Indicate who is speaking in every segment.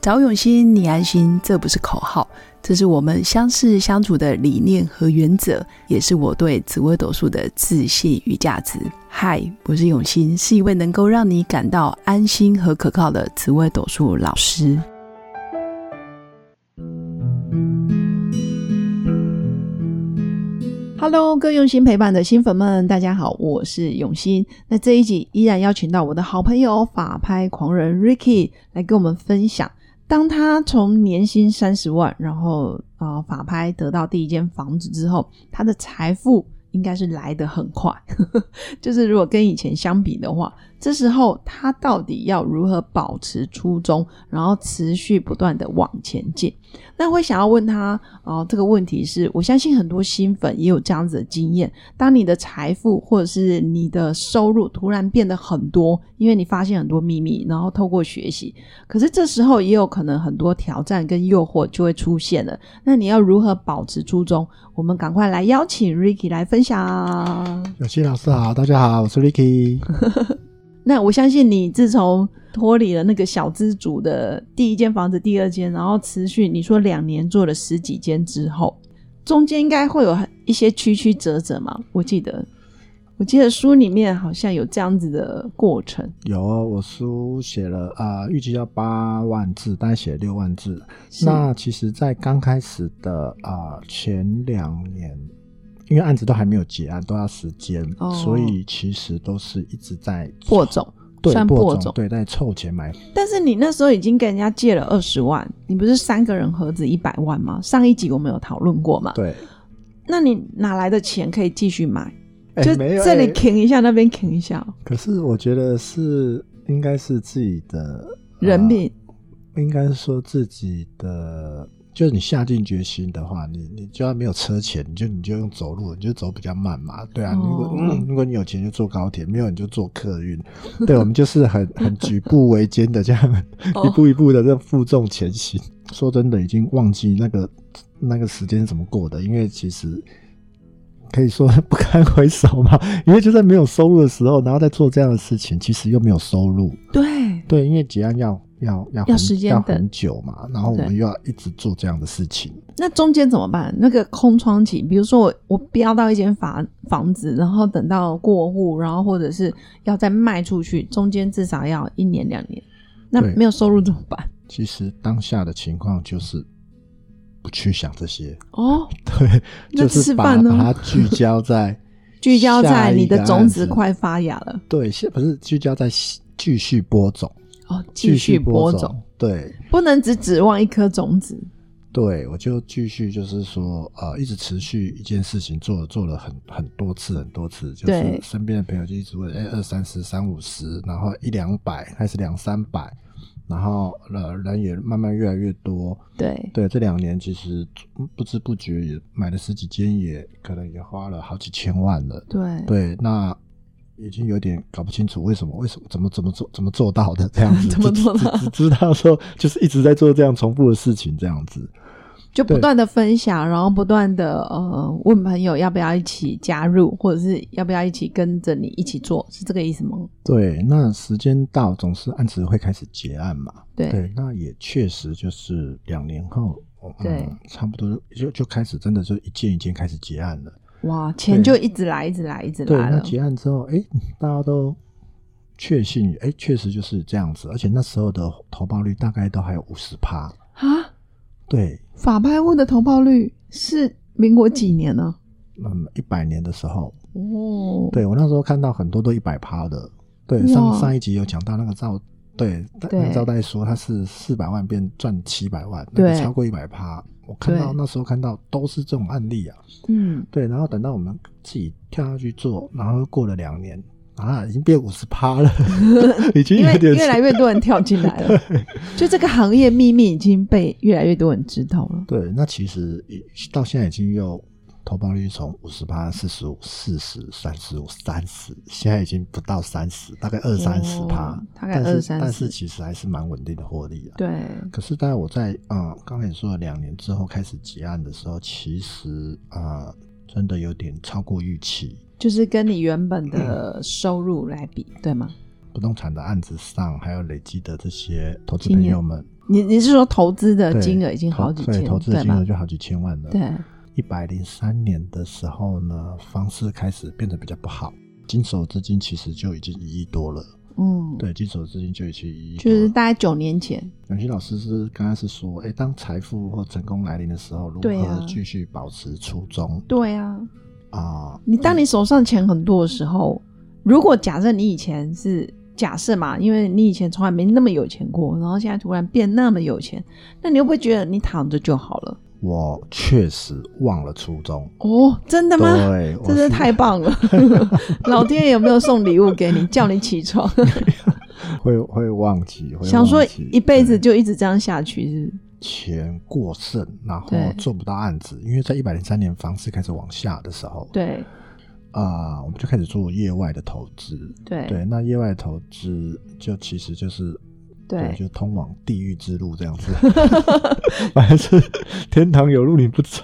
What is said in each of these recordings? Speaker 1: 找永新，你安心，这不是口号，这是我们相识相处的理念和原则，也是我对紫微斗数的自信与价值。嗨，我是永新，是一位能够让你感到安心和可靠的紫微斗数老师。Hello，各位用心陪伴的新粉们，大家好，我是永新。那这一集依然邀请到我的好朋友法拍狂人 Ricky 来跟我们分享，当他从年薪三十万，然后啊、呃法拍得到第一间房子之后，他的财富应该是来得很快， 就是如果跟以前相比的话，这时候他到底要如何保持初衷，然后持续不断的往前进？那会想要问他哦、呃这个问题是我相信很多新粉也有这样子的经验。当你的财富或者是你的收入突然变得很多，因为你发现很多秘密，然后透过学习，可是这时候也有可能很多挑战跟诱惑就会出现了。那你要如何保持初衷？我们赶快来邀请 Ricky 来分享。
Speaker 2: 有希老师好，大家好，我是 Ricky。
Speaker 1: 那我相信你自从脱离了那个小资主的第一间房子、第二间，然后持续你说两年做了十几间之后，中间应该会有一些曲曲折折嘛？我记得，我记得书里面好像有这样子的过程，
Speaker 2: 有哦，我书写了啊、呃预计要八万字，大概写六万字。
Speaker 1: 是
Speaker 2: 那其实，在刚开始的啊、呃前两年，因为案子都还没有结案，都要时间，
Speaker 1: 哦
Speaker 2: 所以其实都是一直在
Speaker 1: 播种。
Speaker 2: 对
Speaker 1: 算
Speaker 2: 播
Speaker 1: 播
Speaker 2: 种
Speaker 1: 种
Speaker 2: 对，在凑钱买。
Speaker 1: 但是你那时候已经跟人家借了二十万，你不是三个人合资一百万吗？上一集我们有讨论过嘛？
Speaker 2: 对，
Speaker 1: 那你哪来的钱可以继续买？
Speaker 2: 哎
Speaker 1: 就
Speaker 2: 没有
Speaker 1: 这
Speaker 2: 哎
Speaker 1: 里停一下，那边停一下哦，
Speaker 2: 可是我觉得是应该是自己的呃
Speaker 1: 人
Speaker 2: 品。
Speaker 1: 品
Speaker 2: 应该是说自己的，就是你下定决心的话，你你就算没有车钱，你就你就用走路，你就走比较慢嘛，对啊。
Speaker 1: 哦
Speaker 2: 如果、嗯如果你有钱就坐高铁，没有你就坐客运。对，我们就是很很举步维艰的这样
Speaker 1: 哦
Speaker 2: 一步一步的这样负重前行。说真的，已经忘记那个那个时间是怎么过的，因为其实。可以说不堪回首嘛，因为就在没有收入的时候，然后再做这样的事情，其实又没有收入，
Speaker 1: 对，
Speaker 2: 对，因为结案要要
Speaker 1: 要
Speaker 2: 要很
Speaker 1: 时间
Speaker 2: 要
Speaker 1: 等
Speaker 2: 很久嘛，然后我们
Speaker 1: 对
Speaker 2: 又要一直做这样的事情。
Speaker 1: 那中间怎么办？那个空窗期，比如说我我标到一间房房子，然后等到过户，然后或者是要再卖出去，中间至少要一年两年。那
Speaker 2: 对
Speaker 1: 没有收入怎么办？
Speaker 2: 其实当下的情况就是不去想这些，
Speaker 1: 哦，
Speaker 2: 对，
Speaker 1: 那
Speaker 2: 就是
Speaker 1: 吃
Speaker 2: 把
Speaker 1: 饭呢
Speaker 2: 把它聚焦在
Speaker 1: 聚焦在你
Speaker 2: 下
Speaker 1: 的
Speaker 2: 一个
Speaker 1: 种
Speaker 2: 案
Speaker 1: 子
Speaker 2: 子
Speaker 1: 快发芽了，
Speaker 2: 对，现不是聚焦在继续播种，
Speaker 1: 哦，继续播种，，
Speaker 2: 对。
Speaker 1: 不能只指望一颗种子。
Speaker 2: 对，我就继续就是说，呃，一直持续一件事情做了做了很很多次很多次，就
Speaker 1: 对
Speaker 2: 是身边的朋友就一直问，哎，二三十、三五十，然后一两百，开始两三百，然后呃人也慢慢越来越多。
Speaker 1: 对，
Speaker 2: 对，这两年其实嗯不知不觉也买了十几间也，可能也花了好几千万了。
Speaker 1: 对，
Speaker 2: 对，那已经有点搞不清楚为什么，为什么怎么怎么做怎么做到的这样 子，
Speaker 1: 怎么做到
Speaker 2: 只只只知道说就是一直在做这样重复的事情这样子。
Speaker 1: 就不
Speaker 2: 对
Speaker 1: 断的分享，然后不断的呃问朋友要不要一起加入，或者是要不要一起跟着你一起做，是这个意思吗？
Speaker 2: 对，那时间到，总是案子会开始结案嘛。
Speaker 1: 对，
Speaker 2: 对，那也确实就是两年后，嗯
Speaker 1: 对，
Speaker 2: 差不多就就开始真的就一件一件开始结案了。
Speaker 1: 哇，钱
Speaker 2: 对
Speaker 1: 就一直来，一直来，一直
Speaker 2: 对，
Speaker 1: 来
Speaker 2: 那
Speaker 1: 了。
Speaker 2: 结案之后，哎，大家都确信，哎，确实就是这样子，而且那时候的投报率大概都还有五十趴。
Speaker 1: 啊，
Speaker 2: 对，
Speaker 1: 法拍屋的投报率是民国几年呢、
Speaker 2: 嗯，一百年的时候，
Speaker 1: 哦，
Speaker 2: 嗯对我那时候看到很多都一百趴的。对，上
Speaker 1: 哇
Speaker 2: 上一集有讲到那个赵，对，那
Speaker 1: 对
Speaker 2: 个赵代说他是四百万变赚七百万，那个
Speaker 1: 对
Speaker 2: 超过一百趴。我看到
Speaker 1: 对
Speaker 2: 那时候看到都是这种案例啊。
Speaker 1: 嗯，
Speaker 2: 对，然后等到我们自己跳下去做，然后又过了两年啊，已经变五十趴 了，已经
Speaker 1: 因为
Speaker 2: 有点
Speaker 1: 越来越多人跳进来了， 就这个行业秘密已经被越来越多人知道了。
Speaker 2: 对。那其实已到现在已经又投报率从五十趴、四十五、四十、三十五、三十，现在已经不到三十，大 概二三十趴
Speaker 1: 哦，大概
Speaker 2: 但是
Speaker 1: 20-30
Speaker 2: 但是其实还是蛮稳定的获利啊。
Speaker 1: 对，
Speaker 2: 可是，在我在嗯刚才也说了两年之后开始结案的时候，其实啊、呃真的有点超过预期。嗯
Speaker 1: 就是跟你原本的收入来比，对吗？
Speaker 2: 不动产的案子上，还有累积的这些投资
Speaker 1: 经
Speaker 2: 朋
Speaker 1: 验
Speaker 2: 友们，
Speaker 1: 你你是说投资的
Speaker 2: 对
Speaker 1: 呃金额已经
Speaker 2: 投
Speaker 1: 好几
Speaker 2: 对
Speaker 1: 千，
Speaker 2: 投资的
Speaker 1: 对
Speaker 2: 金额
Speaker 1: 吗？
Speaker 2: 就好几千万了。
Speaker 1: 对，
Speaker 2: 一百零三年的时候呢，房市开始变得比较不好，经手资金其实就已经一亿多了。
Speaker 1: 嗯，，
Speaker 2: 对，经手资金就已经一亿
Speaker 1: 就
Speaker 2: 多了。
Speaker 1: 是大概九年前，
Speaker 2: 永新老师是刚刚是说，哎，当财富或成功来临的时候，如
Speaker 1: 对啊
Speaker 2: 何继续保持初衷
Speaker 1: 对啊，
Speaker 2: 啊？
Speaker 1: 你当你手上钱很多的时候，如果假设你以前是假设嘛，因为你以前从来没那么有钱过，然后现在突然变那么有钱，那你会不会觉得你躺着就好了？
Speaker 2: 我确实忘了初衷。
Speaker 1: 哦，真的吗？
Speaker 2: 对，我
Speaker 1: 这 真的
Speaker 2: 是
Speaker 1: 太棒了！老天有没有送礼物给你，叫你起床？
Speaker 2: 会会忘记，会
Speaker 1: 想说
Speaker 2: 忘记
Speaker 1: 一辈子
Speaker 2: 对
Speaker 1: 就一直这样下去，是不是？
Speaker 2: 钱过剩，然后
Speaker 1: 对
Speaker 2: 做不到案子，因为在一百零三年房市开始往下的时候，
Speaker 1: 对
Speaker 2: 啊、我们就开始做业外的投资。
Speaker 1: 对
Speaker 2: 对，那业外投资就其实就是
Speaker 1: 对
Speaker 2: 就通往地狱之路这样 子， 反正是天堂有路你不走。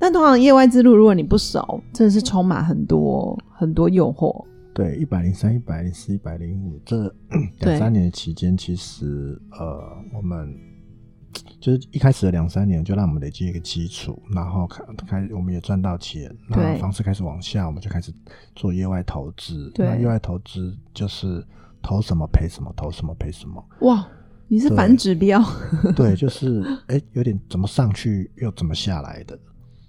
Speaker 1: 那通常业外之路，如果你不熟，真的是充满很多很多诱惑。
Speaker 2: 对，一百零三、一百零四、一百零五这
Speaker 1: 对
Speaker 2: 两三年的期间，其实呃，我们就是一开始的两三年就让我们累积一个基础，然后开开我们也赚到钱，那
Speaker 1: 对
Speaker 2: 房市开始往下，我们就开始做业外投资。
Speaker 1: 对
Speaker 2: 那业外投资就是投什么赔什么，投什么赔什么。
Speaker 1: 哇，你是
Speaker 2: 对
Speaker 1: 反指标！
Speaker 2: 对，就是哎，有点怎么上去又怎么下来的。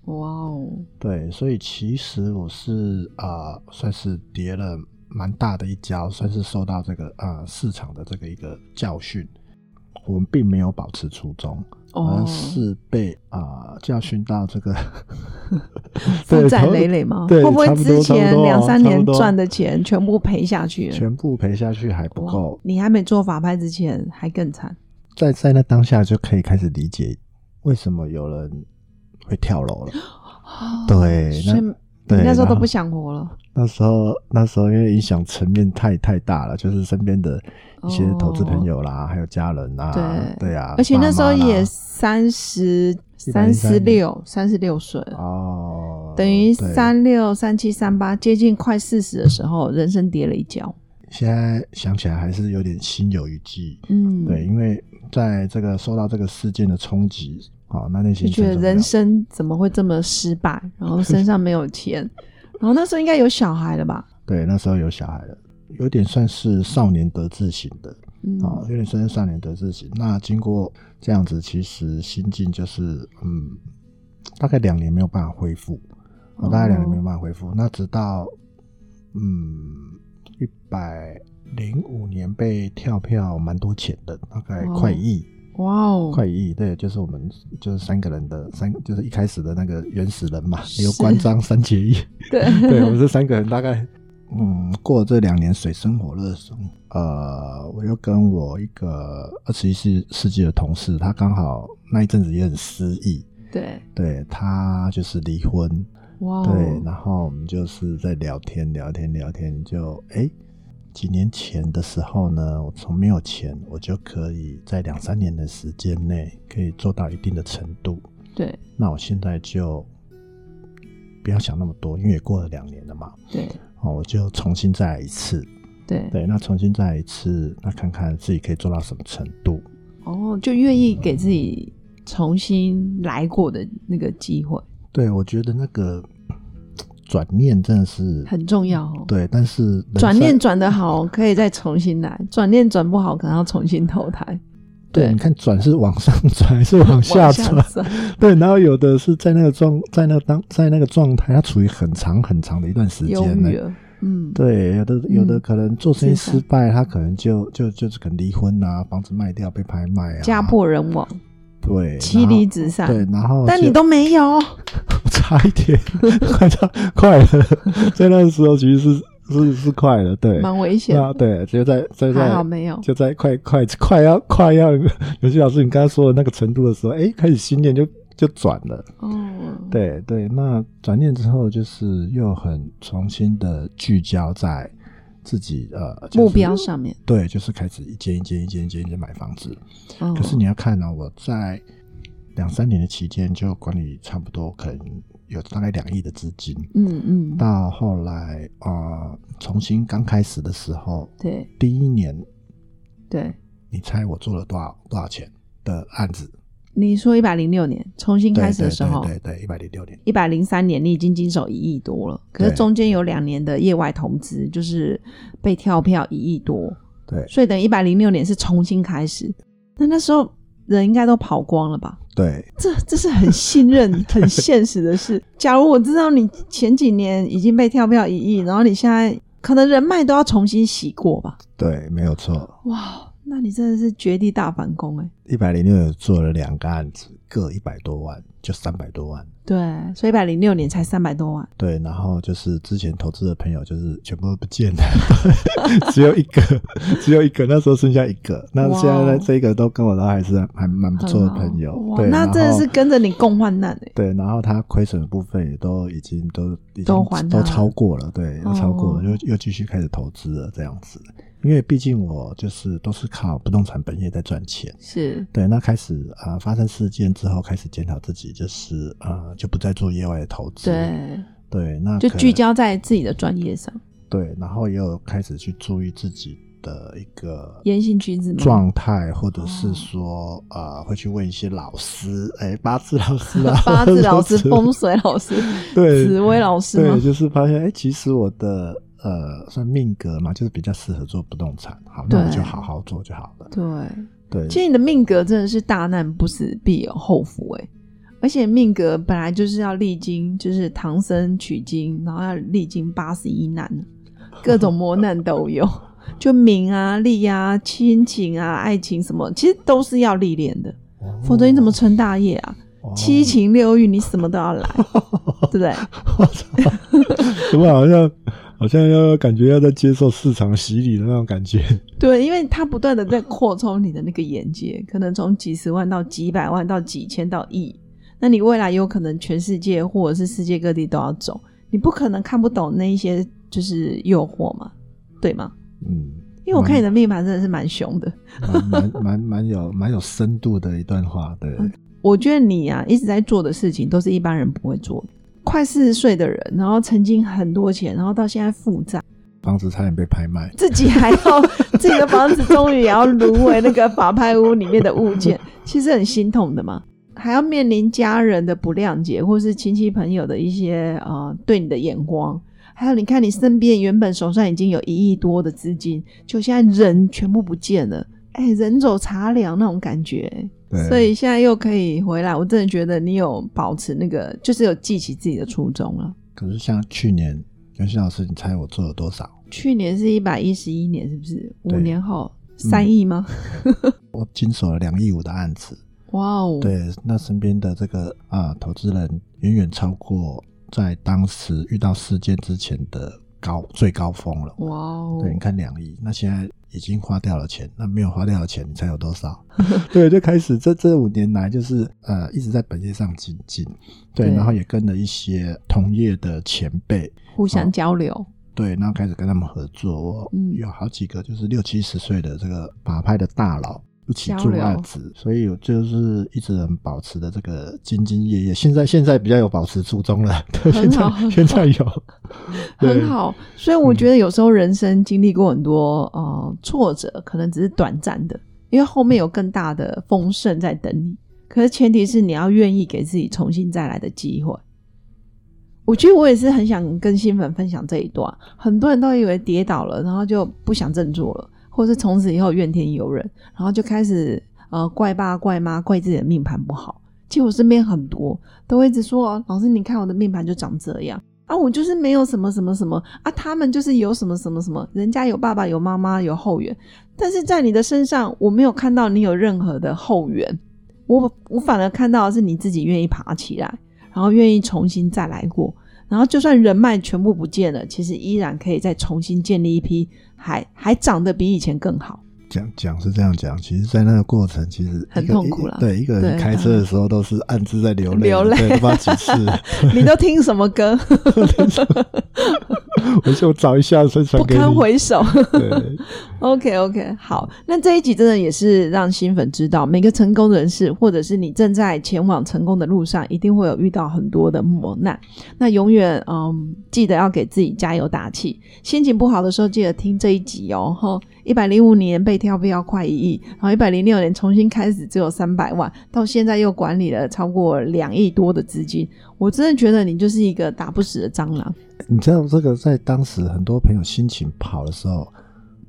Speaker 1: 哇哦，
Speaker 2: 对，所以其实我是啊、呃算是跌了蛮大的一跤，算是受到这个呃市场的这个一个教训。我们并没有保持初衷，
Speaker 1: 哦
Speaker 2: 而，是被啊、呃教训到这个
Speaker 1: 负
Speaker 2: 对
Speaker 1: 债
Speaker 2: 投
Speaker 1: 累累吗？
Speaker 2: 对
Speaker 1: 会不会
Speaker 2: 差不多
Speaker 1: 之
Speaker 2: 差不
Speaker 1: 前
Speaker 2: 多
Speaker 1: 两三
Speaker 2: 差不
Speaker 1: 年
Speaker 2: 多
Speaker 1: 赚的钱全部赔下去了？
Speaker 2: 全部赔下去还不
Speaker 1: 哇
Speaker 2: 够，
Speaker 1: 你还没做法拍之前还更惨。
Speaker 2: 在在那当下就可以开始理解为什么有人会跳楼了。对，
Speaker 1: 哦所以
Speaker 2: 那
Speaker 1: 你
Speaker 2: 对
Speaker 1: 那时候
Speaker 2: 然
Speaker 1: 都
Speaker 2: 后
Speaker 1: 不想活了。
Speaker 2: 那时候，那时候因为影响层面太太大了，就是身边的一些投资朋友啦，还有家人啦，
Speaker 1: 哦对
Speaker 2: 对啊，
Speaker 1: 而且那时候
Speaker 2: 爸妈啦
Speaker 1: 也三十三十
Speaker 2: 130
Speaker 1: 六、三十六岁了，
Speaker 2: 哦，
Speaker 1: 等于
Speaker 2: 对。
Speaker 1: 三六、三七、三八，接近快四十的时候，人生跌了一跤。
Speaker 2: 现在想起来还是有点心有余悸，
Speaker 1: 嗯，
Speaker 2: 对，，因为在这个受到这个事件的冲击，啊，那内
Speaker 1: 就
Speaker 2: 心
Speaker 1: 觉得
Speaker 2: 承受不了
Speaker 1: 人生怎么会这么失 败？然后身上没有钱，然后那时候应该有小孩了吧？
Speaker 2: 对，那时候有小孩了，有点算是少年得志型的
Speaker 1: 嗯，
Speaker 2: 啊，有点算是少年得志型。那经过这样子，其实心境就是嗯，大概两年没有办法恢复。我大概两年
Speaker 1: 哦
Speaker 2: 没有办法恢复。那直到嗯一百零五年被跳票，蛮多钱的，大概快一亿，
Speaker 1: 哇哦，
Speaker 2: 快一亿。对，就是我们就是三个人的三，就是一开始的那个原始人嘛，
Speaker 1: 是
Speaker 2: 刘关张三 结义。
Speaker 1: 对，
Speaker 2: 对，我们这三个人大概。嗯，过了这两年水深火热的生活，呃，我又跟我一个二十一世世纪的同事，他刚好那一阵子也很失意，
Speaker 1: 对，
Speaker 2: 对他就是离婚，
Speaker 1: 哇哦，
Speaker 2: 对，然后我们就是在聊天，聊天，聊天，就哎、诶几年前的时候呢，我从没有钱，我就可以在两三年的时间内可以做到一定的程度。
Speaker 1: 对
Speaker 2: 那我现在就不要想那么多，因为也过了两年了嘛，
Speaker 1: 对
Speaker 2: 哦，我就重新再来一次。
Speaker 1: 对
Speaker 2: 对，那重新再来一次，那看看自己可以做到什么程度。
Speaker 1: 哦，就愿意给自己重新来过的那个机会
Speaker 2: 对，我觉得那个转念真的是
Speaker 1: 很重要哦。
Speaker 2: 对，但是人
Speaker 1: 转
Speaker 2: 生
Speaker 1: 念转得好，可以再重新来；转念转不好，可能要重新投胎。
Speaker 2: 对，你看转是往上转还是往下转？
Speaker 1: 转，
Speaker 2: 对，然后有的是在那个状，在那个当，在那个状态，它处于很长很长的一段时
Speaker 1: 忧
Speaker 2: 间呢
Speaker 1: 郁。了。嗯，
Speaker 2: 对，有的有的
Speaker 1: 嗯
Speaker 2: 可能做生意
Speaker 1: 是的
Speaker 2: 失败，他可能就就就是可能离婚啊，房子卖掉被拍卖啊，
Speaker 1: 家破人亡，
Speaker 2: 对，
Speaker 1: 妻
Speaker 2: 然后
Speaker 1: 离子散。
Speaker 2: 对，然后
Speaker 1: 但
Speaker 2: 就
Speaker 1: 你都没有，
Speaker 2: 差一点， 快差快了，在那个时候其实是是是快了，对，
Speaker 1: 蛮危险。
Speaker 2: 那对，就在在在
Speaker 1: 还好没有。
Speaker 2: 就在快快快要快要尤其老师你刚才说的那个程度的时候，哎，开始心念就就转了。
Speaker 1: 哦，
Speaker 2: 对对，那转念之后就是又很重新的聚焦在自己呃、就是呃
Speaker 1: 目标。上面。
Speaker 2: 对，就是开始一间一间一间一间一间买房子。
Speaker 1: 哦
Speaker 2: 可是你要看呢、我在两三年的期间就管理差不多可能有大概两亿的资金。
Speaker 1: 嗯嗯，
Speaker 2: 到后来啊、呃重新刚开始的时候，
Speaker 1: 对
Speaker 2: 第一年，
Speaker 1: 对，
Speaker 2: 你猜我做了多少多少钱的案子？
Speaker 1: 你说一百零六年重新开始的时候，
Speaker 2: 对对对，一百零六年，
Speaker 1: 一百零三年你已经经手一亿多了，可是
Speaker 2: 对
Speaker 1: 中间有两年的业外投资，就是被跳票一亿多，
Speaker 2: 对
Speaker 1: 所以等一百零六年是重新开始。那那时候人应该都跑光了吧？
Speaker 2: 对，
Speaker 1: 这这是很信任、 很现实的事。假如我知道你前几年已经被跳票一亿，然后你现在可能人脉都要重新洗过吧？
Speaker 2: 对，没有错。
Speaker 1: 哇，那你真的是绝地大反攻哎、
Speaker 2: 一百零六有做了两个案子，各一百多万，就三百多万。
Speaker 1: 对，所以一百零六年才三百多万，
Speaker 2: 对，然后就是之前投资的朋友，就是全部都不见了， 只有一个， 只有一个，那时候剩下一个。那现在
Speaker 1: 哇
Speaker 2: 呢
Speaker 1: 哦，
Speaker 2: 这个都跟我都还是还蛮不错的朋友
Speaker 1: 很好。哇
Speaker 2: 对，
Speaker 1: 那
Speaker 2: 然后
Speaker 1: 真的是跟着你共患难哎、
Speaker 2: 对，然后他亏损的部分也都已经都已经
Speaker 1: 都还他
Speaker 2: 都超过了，对，都超过了，
Speaker 1: 哦
Speaker 2: 又又继续开始投资了这样子。因为毕竟我就是都是靠不动产本业在赚钱，
Speaker 1: 是
Speaker 2: 对，那开始啊、呃发生事件之后，开始检讨自己，就是呃就不再做业外的投资，
Speaker 1: 对，
Speaker 2: 对，那
Speaker 1: 就
Speaker 2: 可
Speaker 1: 聚焦在自己的专业上，
Speaker 2: 对，然后也有开始去注意自己的一个
Speaker 1: 言行举止嘛。
Speaker 2: 状态，或者是
Speaker 1: 哦，
Speaker 2: 说啊、呃会去问一些老师，哎，八字老师啊
Speaker 1: 八字老师、
Speaker 2: 或者是
Speaker 1: 风水老 师、
Speaker 2: 对
Speaker 1: 紫薇老师吗
Speaker 2: 对，？就是发现，哎、其实我的呃，算命格嘛，就是比较适合做不动产。好，那我
Speaker 1: 对
Speaker 2: 就好好做就好了。
Speaker 1: 对，
Speaker 2: 对，
Speaker 1: 其实你的命格真的是大难不死必有后福哎、而且命格本来就是要历经，就是唐僧取经，然后要历经八十一 难，各种磨难都有，就名啊、利啊、亲情啊、爱情什么，其实都是要历练的，
Speaker 2: 哦
Speaker 1: 否则你怎么成大业啊？
Speaker 2: 哦
Speaker 1: 七情六欲你什么都要来，对不对？
Speaker 2: 我操，怎么好像好像要感觉要在接受市场洗礼的那种感觉？
Speaker 1: 对，因为它不断的在扩充你的那个眼界，可能从几十万到几百万到几千到亿，那你未来有可能全世界或者是世界各地都要走，你不可能看不懂那一些就是诱惑嘛，对吗？
Speaker 2: 嗯，
Speaker 1: 因为我看
Speaker 2: 蛮
Speaker 1: 你的命盘真的是蛮凶的，
Speaker 2: 蛮蛮蛮蛮有蛮有深度的一段话，对，
Speaker 1: 嗯我觉得你啊一直在做的事情都是一般人不会做的。快四十岁的人，然后曾经很多钱，然后到现在负债，
Speaker 2: 房子差点被拍卖。
Speaker 1: 自己还要 自己的房子，终于也要沦为那个法拍屋里面的物件， 其实很心痛的嘛。还要面临家人的不谅解，或是亲戚朋友的一些呃对你的眼光，还有你看你身边原本手上已经有一亿多的资金，就现在人全部不见了，哎、人走茶凉那种感觉、
Speaker 2: 对，
Speaker 1: 所以现在又可以回来，我真的觉得你有保持那个，就是有记起自己的初衷了。
Speaker 2: 可是像去年袁新老师，你猜我做了多少？
Speaker 1: 去年是一百一十一年，是不是？五
Speaker 2: 对嗯
Speaker 1: 年后三亿吗？
Speaker 2: 我经手了两亿五的案子，
Speaker 1: 哇哦，
Speaker 2: 对，那身边的这个啊，投资人远远超过在当时遇到事件之前的高最高峰了。
Speaker 1: 哇哦，
Speaker 2: 对，你看两亿，那现在已经花掉了钱，那没有花掉的钱，你猜有多少？对，就开始这这五年来，就是呃一直在本业上精进，对，
Speaker 1: 对
Speaker 2: 然后也跟了一些同业的前辈，
Speaker 1: 互相交流，
Speaker 2: 对，然后开始跟他们合作。我
Speaker 1: 嗯
Speaker 2: 有好几个就是六七十岁的这个法拍的大佬一起
Speaker 1: 交
Speaker 2: 做
Speaker 1: 流
Speaker 2: 案子，所以我就是一直很保持的这个兢兢业业。现在现在比较有保持初衷了，对，
Speaker 1: 很
Speaker 2: 现
Speaker 1: 好
Speaker 2: 在 现在有，对
Speaker 1: 很好。所以我觉得有时候人生经历过很多呃挫折，可能只是短暂的，因为后面有更大的丰盛在等你。可是前提是你要愿意给自己重新再来的机会。我觉得我也是很想跟新粉分享这一段，很多人都以为跌倒了，然后就不想振作了，或是从此以后怨天尤人，然后就开始呃怪爸怪妈怪自己的命盘不好。其实我身边很多都会一直说，哦老师你看我的命盘就长这样啊，我就是没有什么什么什么啊，他们就是有什么什么什么，人家有爸爸有妈妈有后援，但是在你的身上我没有看到你有任何的后援，我我反而看到的是你自己愿意爬起来，然后愿意重新再来过。然后，就算人脉全部不见了，其实依然可以再重新建立一批还还长得比以前更好。
Speaker 2: 讲讲是这样讲，其实，在那个过程，其实一
Speaker 1: 很
Speaker 2: 个
Speaker 1: 痛苦啦
Speaker 2: 一对，一个
Speaker 1: 对
Speaker 2: 人开车的时候都是暗自在流泪，
Speaker 1: 流泪
Speaker 2: 对，不知道几次。
Speaker 1: 你都听什么歌？
Speaker 2: 我说我找一下，再传
Speaker 1: 不
Speaker 2: 给你。
Speaker 1: 堪回首。
Speaker 2: 对，
Speaker 1: OK OK，好，那这一集真的也是让新粉知道，每个成功人士，或者是你正在前往成功的路上，一定会有遇到很多的磨难。那永远嗯，记得要给自己加油打气。心情不好的时候，记得听这一集哦。哈，一百零五年被跳票快一亿，然后一百零六年重新开始只有三百万，到现在又管理了超过两亿多的资金。我真的觉得你就是一个打不死的蟑螂。
Speaker 2: 你知道这个在当时很多朋友心情不好的时候，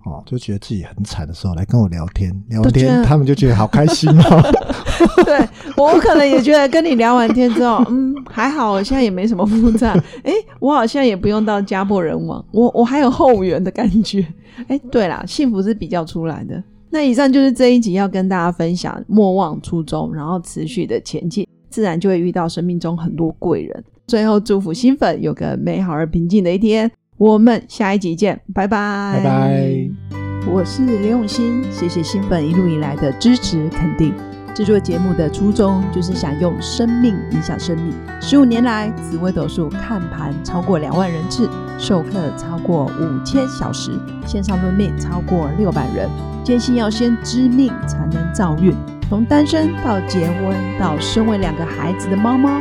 Speaker 2: 哦，就觉得自己很惨的时候，来跟我聊天，聊
Speaker 1: 都
Speaker 2: 完
Speaker 1: 觉得
Speaker 2: 天他们就觉得好开心哦。
Speaker 1: 对我可能也觉得跟你聊完天之后， 嗯，还好，我现在也没什么负债，诶，我好像也不用到家破人亡，我我还有后援的感觉，诶，对啦，幸福是比较出来的。那以上就是这一集要跟大家分享，莫忘初衷，然后持续的前进，自然就会遇到生命中很多贵人。最后祝福新粉有个美好而平静的一天，我们下一集见，拜拜，
Speaker 2: 拜拜。
Speaker 1: 我是刘永新，谢谢新粉一路以来的支持肯定。制作节目的初衷就是想用生命影响生命。十五年来，紫微斗数看盘超过两万人次，授课超过五千小时，线上论命超过六百人。坚信要先知命才能造运，从单身到结婚，到身为两个孩子的妈妈，